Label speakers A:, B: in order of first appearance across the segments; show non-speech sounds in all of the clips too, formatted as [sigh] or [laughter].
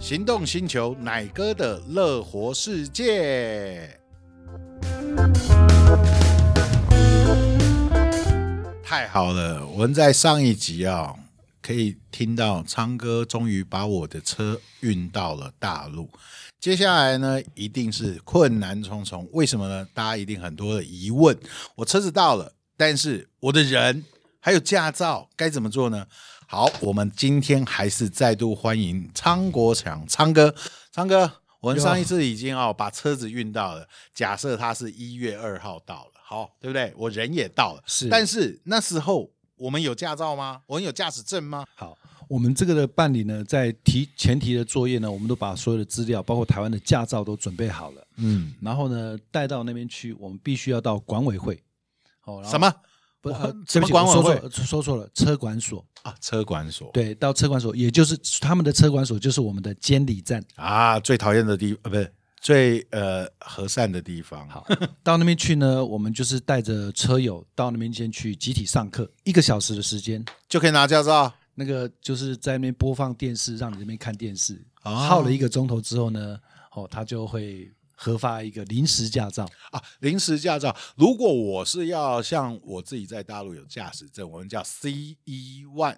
A: 行动星球奶哥的乐活世界。太好了，我们在上一集啊、可以听到昌哥终于把我的车运到了大陆。接下来呢，一定是困难重重。为什么呢？大家一定很多的疑问。我车子到了，但是我的人还有驾照该怎么做呢？好，我们今天还是再度欢迎昌国强昌哥，昌哥，我们上一次已经哦把车子运到了，假设他是一月二号到了，好，对不对？我人也到了，
B: 是
A: 但是那时候我们有驾照吗？我们有驾驶证吗？
B: 好，我们这个的办理呢，在提前提的作业呢，我们都把所有的资料，包括台湾的驾照都准备好了，
A: 嗯，
B: 然后呢带到那边去，我们必须要到管委会。哦，然后
A: 什么
B: 不
A: 我
B: 呃，
A: 什么
B: 对不起
A: 管委
B: 我说
A: 会
B: 错了说错了，车管所。
A: 啊？车管所
B: 对，到车管所，也就是他们的车管所，就是我们的监理站。
A: 啊，最讨厌的地呃，不是最呃和善的地方。 [laughs]
B: 好，到那边去呢，我们就是带着车友到那边先去集体上课，一个小时的时间。
A: 就可以拿驾照。
B: 那个就是在那边播放电视，让你那边看电视，
A: 哦
B: 耗了一个钟头之后呢，哦，他就会核发一个临时驾照。
A: 啊，临时驾照。如果我是要像我自己在大陆有驾驶证，我们叫 C 一 one，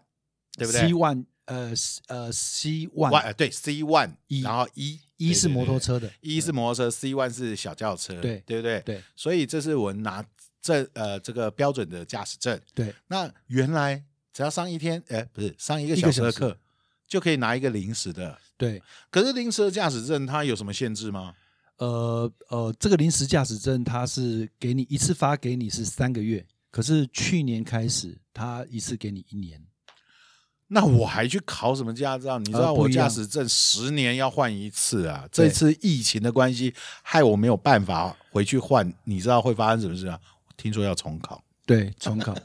A: 对不对
B: C one 呃 C- 呃 C
A: one，
B: one
A: 呃对 C one，
B: 一
A: 然后一
B: 一是摩托，
A: 对对对
B: 车的，
A: 一是摩托车，C one 是小轿车，
B: 对
A: 对不对？
B: 对
A: 所以这是我拿证呃这个标准的驾驶证。
B: 对
A: 那原来只要上一天，哎、不是上一个
B: 一
A: 小
B: 个
A: 时的
B: 小时
A: 课，就可以拿一个临时的。
B: 对，
A: 可是临时的驾驶证它有什么限制吗？
B: 呃呃，这个临时驾驶证它是给你一次发给你是三个月，可是去年开始它一次给你一年。
A: 那我还去考什么驾照？你知道
B: 呃
A: 我
B: 不一样
A: 驾驶证十年要换一次啊！这
B: 对
A: 次疫情的关系，害我没有办法回去换。你知道会发生什么事啊？听说要重考。
B: 对，重考。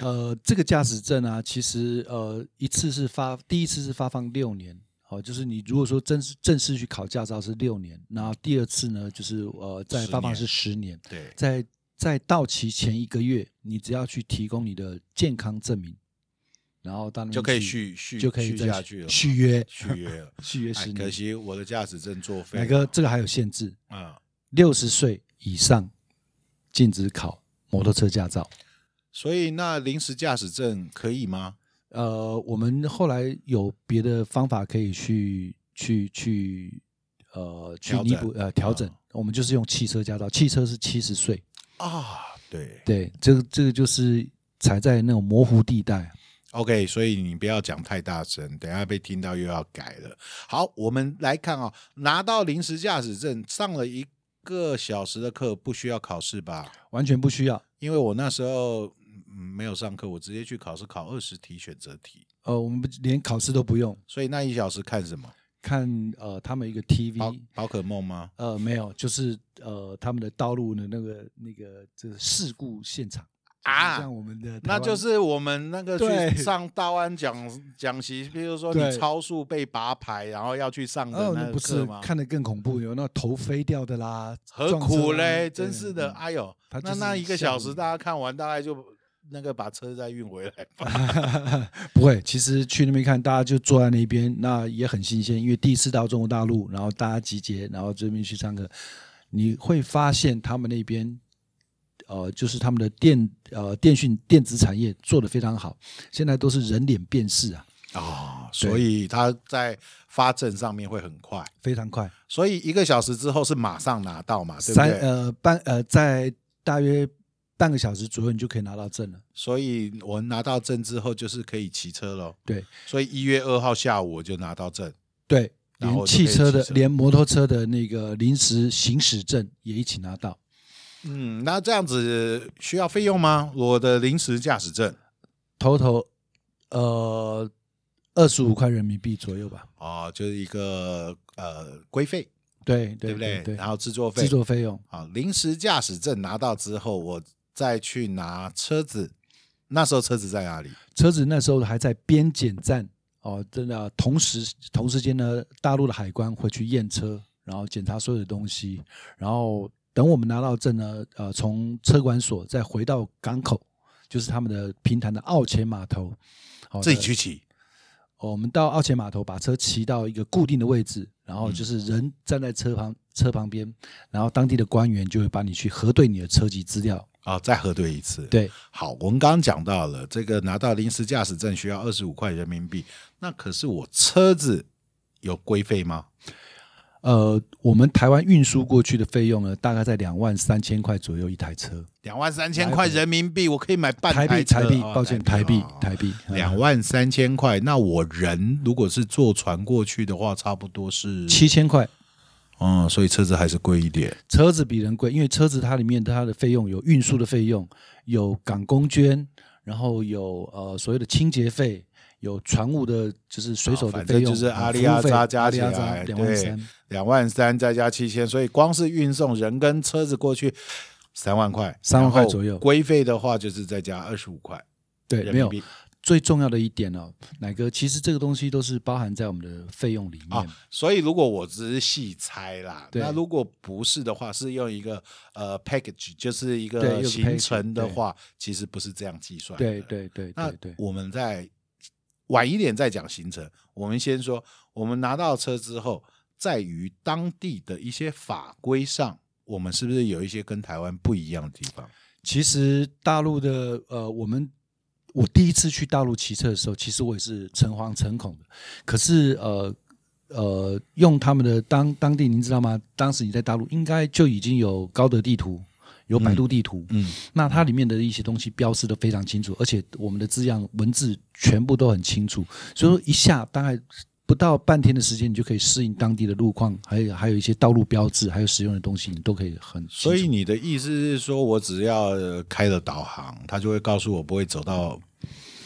B: 呃，这个驾驶证啊，其实呃，一次是发，第一次是发放六年，好、就是你如果说正式正式去考驾照是六年，然后第二次呢，就是呃，再
A: 10
B: 发放
A: 年
B: 是十年，
A: 对，
B: 在在到期前一个月，你只要去提供你的健康证明，然后当
A: 就可以续续
B: 就可以
A: 续
B: 再
A: 下去了，
B: 续约
A: 续约了。
B: [laughs] 续约
A: 哎
B: 十
A: 可
B: 年。
A: 惜我的驾驶证作废了。
B: 哪个这个还有限制？
A: 啊、
B: 六十岁以上禁止考摩托车驾照。
A: 所以那临时驾驶证可以吗？
B: 呃，我们后来有别的方法可以去去去呃去
A: 调
B: 弥
A: 整
B: 补呃调整、我们就是用汽车驾照，汽车是七十岁，
A: 啊，对。
B: 对，这个这个就是踩在那种模糊地带。
A: OK，所以你不要讲太大声，等一下被听到又要改了。好，我们来看哦，拿到临时驾驶证，上了一个小时的课，不需要考试吧？
B: 完全不需要，
A: 因为我那时候、嗯没有上课，我直接去考试，考二十题选择题，
B: 呃，我们不连考试都不用，
A: 所以那一小时看什么？
B: 看呃他们一个
A: 宝
B: TV，
A: 宝可梦吗？
B: 呃没有，就是呃他们的道路的那个那个这个事故现场就是
A: 啊
B: 像我们的台
A: 那
B: 湾
A: 就是我们那个
B: 对
A: 去上道安讲讲习，比如说你
B: 对
A: 超速被拔牌，然后要去上的
B: 哦，
A: 那
B: 那
A: 个
B: 不
A: 课
B: 是
A: 吗？嗯
B: 看得更恐怖，有那头飞掉的啦，
A: 何
B: 撞车
A: 苦
B: 啦
A: 嘞？
B: 对
A: 真是的，
B: 嗯
A: 哎呦，
B: 他
A: 那
B: 就是
A: 那一个
B: 吓
A: 小
B: 唬
A: 时
B: 你
A: 大家看完，大概就那个把车再运回来吧。
B: [laughs] 不会，其实去那边看，大家就坐在那边，那也很新鲜，因为第一次到中国大陆，然后大家集结，然后这边去上课，你会发现他们那边，呃，就是他们的电呃电讯电子产业做得非常好，现在都是人脸辨识啊，
A: 啊、 [laughs] 所以他在发证上面会很快，
B: 非常快，
A: 所以一个小时之后是马上拿到嘛，对不
B: 三
A: 对？
B: 呃半呃在大约半个小时左右，你就可以拿到证了。
A: 所以我拿到证之后就是可以骑车喽。
B: 对
A: 所以一月二号下午我就拿到证，
B: 对，
A: 然后
B: 连
A: 就可以
B: 汽车的
A: 骑车
B: 连摩托车的那个临时行驶证也一起拿到。
A: 嗯，那这样子需要费用吗？我的临时驾驶证。
B: 头头呃二十五块人民币左右吧。
A: 哦，就是一个呃规费，
B: 对
A: 对
B: 对
A: 不对？
B: 对
A: 然，后制作费，
B: 制作费用
A: 啊，临时驾驶证拿到之后，我再去拿车子。那时候车子在哪里？
B: 车子那时候还在边检站哦，真的、同时同时间呢，大陆的海关会去验车，然后检查所有的东西，然后等我们拿到证呢，呃，从车管所再回到港口，就是他们的平潭的澳前码头，好
A: 自己去骑。
B: 哦我们到奥前码头把车骑到一个固定的位置，然
A: 嗯
B: 后就是人站在车旁车旁边，然后当地的官员就会帮你去核对你的车籍资料。
A: 啊，再核对一次。，
B: 对，
A: 好，我们刚刚讲到了，这个拿到临时驾驶证需要二十五块人民币，那可是我车子有规费吗？
B: 呃，我们台湾运输过去的费用呢，大概在两万三千块左右一台车，
A: 两万三千块人民币，我可以买半
B: 台币
A: 车
B: 台币，
A: 哦
B: 抱歉，台币
A: 哦
B: 台币，嗯
A: 两万三千块，那我人如果是坐船过去的话，差不多是，
B: 七千块。
A: 嗯，所以车子还是贵一点。
B: 车子比人贵，因为车子它里面它的费用有运输的费用，有港工捐，然后有呃所谓的清洁费，有船务的，就是水手
A: 啊
B: 的
A: 反
B: 费
A: 正
B: 用，
A: 就是阿里
B: 里
A: 阿扎加
B: 扎
A: 起
B: 里
A: 来
B: 阿扎两万
A: 对
B: 三，
A: 两万三再加七千，所以光是运送人跟车子过去三万块，
B: 3万块左右
A: 然后规费的话就是再加二十五块
B: 对，
A: 人
B: 没
A: 民
B: 有
A: 币。
B: 最重要的一点哦，奶哥，其实这个东西都是包含在我们的费用里面。
A: 啊所以如果我只是细猜啦，
B: 对
A: 那如果不是的话，是用一个呃 package，就是一
B: 对有
A: 个
B: 个
A: 行程
B: package，
A: 的
B: 对
A: 话，其实不是这样计算的。
B: 对对对
A: 那
B: 对对，
A: 我们再晚一点再讲行程。我们先说，我们拿到车之后，在于当地的一些法规上，我们是不是有一些跟台湾不一样的地方？
B: 其实大陆的呃，我们我第一次去大陆骑车的时候，其实我也是诚惶诚恐的。可是呃呃，用他们的当当地，您知道吗？当时你在大陆应该就已经有高德地图，有百度地图，
A: 嗯，
B: 那它里面的一些东西标示都非常清楚，而且我们的字样文字全部都很清楚，所以说一下大概不到半天的时间，你就可以适应当地的路况，还有还有一些道路标志，还有使用的东西，你都可以很清楚。
A: 所以你的意思是说，我只要呃开了导航，它就会告诉我不会走到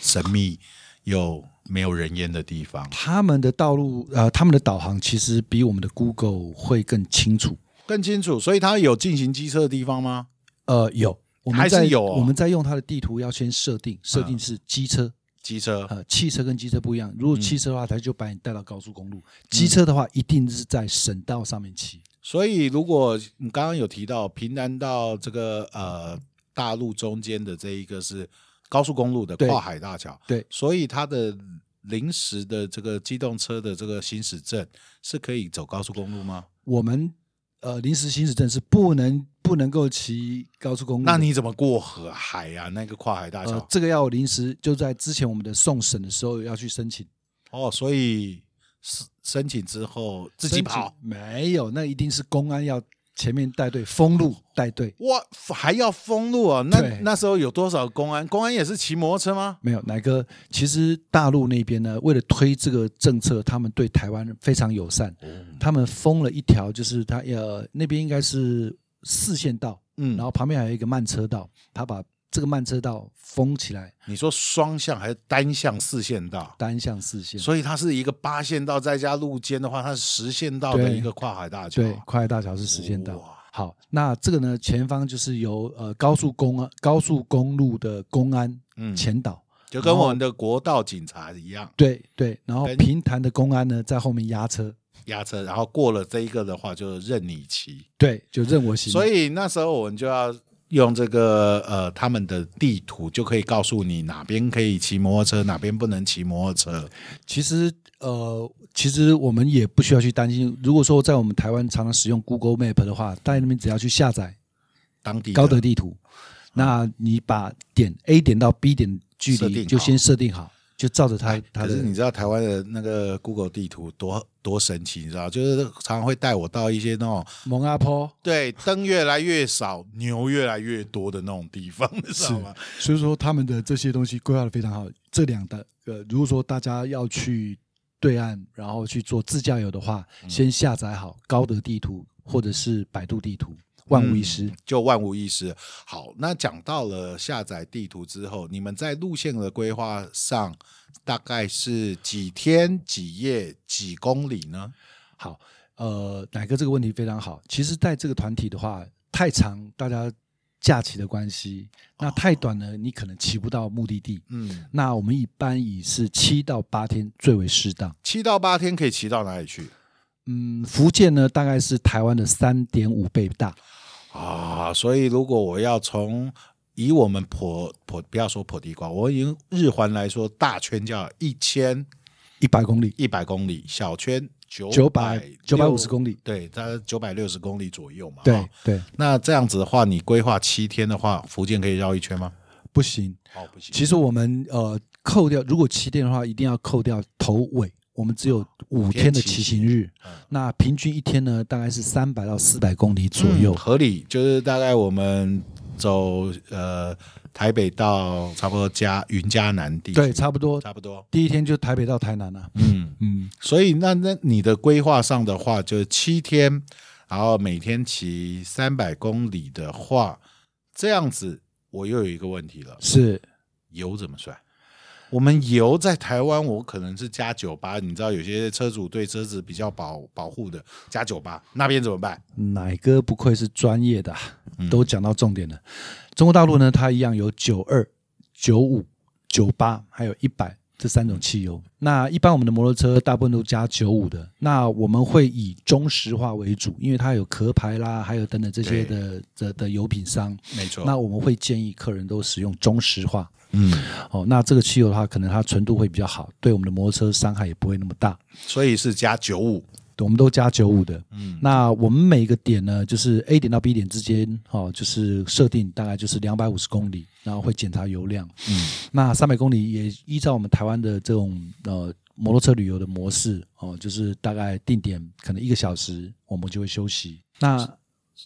A: 神秘又没有人烟的地方。
B: 他们的道路呃，他们的导航其实比我们的 Google 会更清楚。
A: 更清楚，所以它有进行机车的地方吗？
B: 呃，有，我们
A: 还是
B: 在
A: 有哦
B: 我们在用它的地图要先设定，设定是机车，
A: 机车
B: 呃，汽车跟机车不一样。如果汽车的话，它就把你带到高速公路；
A: 嗯
B: 机车的话，一定是在省道上面骑。
A: 所以，如果你刚刚有提到平南到这个呃大陆中间的这一个是高速公路的
B: 对
A: 跨海大桥，
B: 对
A: 所以它的临时的这个机动车的这个行驶证是可以走高速公路吗？
B: 我们呃，临时行驶证是不能不能够骑高速公路的。
A: 那你怎么过河海呀、那个跨海大桥、
B: 呃，这个要临时就在之前我们的送审的时候要去申请。
A: 哦，所以申申请之后自己
B: 申请
A: 跑，
B: 没有，那一定是公安要前面带队，封路带队。
A: 哇，还要封路啊？那
B: 对
A: 那时候有多少公安？公安也是骑摩托车吗？
B: 没有，奶哥，其实大陆那边呢，为了推这个政策，他们对台湾非常友善，
A: 嗯
B: 他们封了一条，就是他呃那边应该是四线道，
A: 嗯
B: 然后旁边还有一个慢车道，他把这个慢车道封起来，
A: 你说双向还是单向四线道？
B: 单向四线，
A: 所以它是一个八线道再加路肩的话，它是十线道的
B: 对
A: 一个跨海大桥。
B: 对，跨海大桥是实线道
A: 哇。
B: 好，那这个呢，前方就是由呃高速公安、高速公路的公安
A: 嗯
B: 前导，
A: 就跟我们的国道警察一样
B: 对对，然后
A: 跟
B: 平潭的公安呢在后面压车，
A: 压车，然后过了这一个的话就任你骑。
B: 对，就任我行。
A: 所以那时候我们就要用这个呃他们的地图，就可以告诉你哪边可以骑摩托车，哪边不能骑摩托车。
B: 其实呃，其实我们也不需要去担心。如果说在我们台湾常常使用 Google Map 的话，在那边只要去下载
A: 当地的
B: 高德地图，那你把点 A 点到 B 点距
A: 设定
B: 离
A: 好哎
B: 就先设定好，就照着它它
A: 可
B: 的
A: 是你知道台湾的那个 Google 地图多多神奇，你知道，就是常常会带我到一些那种
B: 蒙阿坡。
A: 对灯越来越少、牛越来越多的那种地方，你知道吗？
B: 所以说他们的这些东西规划的非常好。这两的呃，如果说大家要去对岸，然后去做自驾游的话，
A: 嗯
B: 先下载好高德地图或者是百度地图，万无一失。
A: 就万无一失。好，那讲到了下载地图之后，你们在路线的规划上大概是几天、几夜、几公里呢？
B: 好，呃，奶哥这个问题非常好。其实，在这个团体的话，太长大家假期的关系，那太短呢，你可能骑不到目的地。
A: 嗯，
B: 那我们一般以是七到八天最为适当。
A: 七到八天可以骑到哪里去
B: 嗯，福建呢大概是台湾的三点五倍大，
A: 啊？所以如果我要从以我们婆婆不要说婆地瓜，我以日环来说，大圈就要一千
B: 一百公里，
A: 一百公里，小圈九
B: 九
A: 百
B: 百九百五十公里，
A: 对，大概九百六十公里左右嘛。
B: 对
A: 哈
B: 对，
A: 那这样子的话，你规划七天的话，福建可以绕一圈吗？
B: 不行。
A: 哦，不行，
B: 其实我们呃扣掉，如果骑电的话，一定要扣掉头尾。我们只有五天的骑行嗯日，那平均一天呢，大概是三百到四百公里左右
A: 嗯。合理，就是大概我们走呃台北到差不多嘉云嘉南地区，
B: 对，差不多。
A: 差不多。
B: 第一天就台北到台南了、啊。
A: 嗯，
B: 嗯，
A: 所以那那你的规划上的话，就是七天，然后每天骑三百公里的话，这样子我又有一个问题了，
B: 是
A: 油怎么算？我们油在台湾，我可能是加九八，你知道有些车主对车子比较保保护的，加九八那边怎么办？
B: 奶哥不愧是专业的啊、都讲到重点了。中国大陆呢，它一样有九二、九五、九八，还有一百这三种汽油。那一般我们的摩托车大部分都加九五的，那我们会以中石化为主，因为它有壳牌啦，还有等等这些的的的油品商。
A: 没错
B: 那我们会建议客人都使用中石化。
A: 嗯，
B: 哦，那这个汽油的话，可能它纯度会比较好，对我们的摩托车伤害也不会那么大。
A: 所以是加九五，
B: 对我们都加九五的。
A: 嗯
B: 嗯，那我们每个点呢，就是 A 点到 B 点之间，哦，就是设定大概就是两百五十公里，然后会检查油量。嗯，那三百公里也依照我们台湾的这种呃摩托车旅游的模式，哦，就是大概定点可能一个小时，我们就会休息。那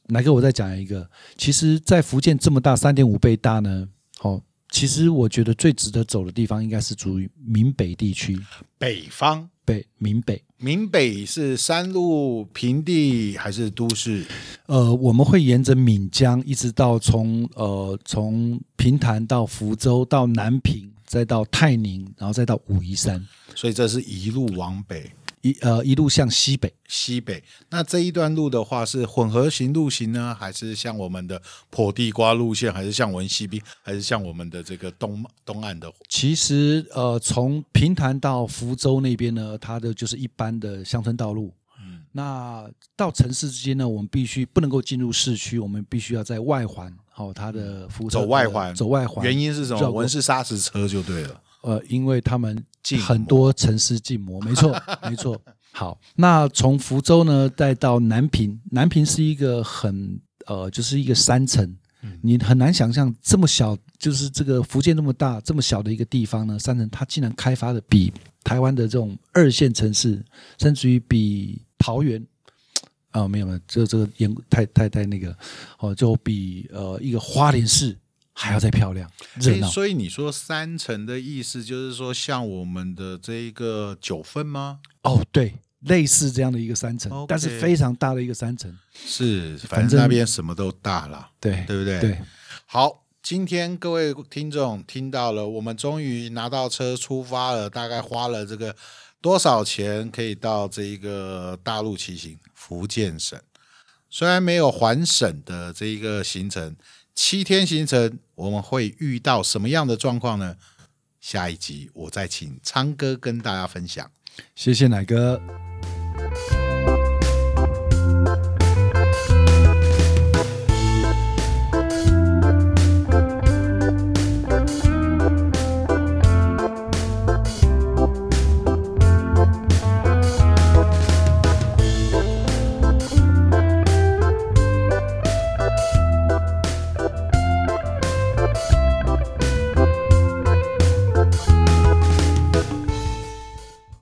B: 来哥，我再讲一个，其实，在福建这么大，三点五倍大呢，哦。其实我觉得最值得走的地方应该是属于闽北地区，
A: 北方。
B: 北闽北，
A: 闽北是山路、平地还是都市？
B: 呃，我们会沿着闽江一直到从呃从平潭到福州到南平，再到泰宁，然后再到武夷山，
A: 所以这是一路往北、
B: 一呃一路向西北。
A: 西北。那这一段路的话，是混合型路型呢，还是像我们的破地瓜路线，还是像我们西边，还是像我们的这个东东岸的？
B: 其实呃从平潭到福州那边呢，它的就是一般的乡村道路。
A: 嗯
B: 那到城市之间呢，我们必须不能够进入市区，我们必须要在外环，好、它的福
A: 嗯
B: 州
A: 走外环
B: 走外环，
A: 原因是什么？
B: 绕
A: 我
B: 过
A: 们是砂石车就对了。
B: 呃，因为他们
A: 禁摩
B: 很多城市禁摩，没错，没错。 [laughs] 好，那从福州呢，再到南平，南平是一个很呃，就是一个山城，你很难想象这么小，就是这个福建那么大，这么小的一个地方呢，山城它竟然开发的比台湾的这种二线城市，甚至于比桃园。啊、没有没有，这这个眼太太太那个，哦，就比呃一个花莲市还要再漂亮热
A: 诶
B: 闹。
A: 所以你说三层的意思就是说，像我们的这一个九份吗？
B: 哦，对，类似这样的一个山城
A: OK
B: 但是非常大的一个山城。
A: 是，
B: 反
A: 反正
B: 正
A: 那边什么都大了。
B: 对
A: 对不对
B: 对，
A: 好，今天各位听众听到了，我们终于拿到车出发了，大概花了这个多少钱可以到这一个大陆骑行？福建省虽然没有环省的这一个行程，七天行程我们会遇到什么样的状况呢？下一集我再请昌哥跟大家分享。
B: 谢谢奶哥。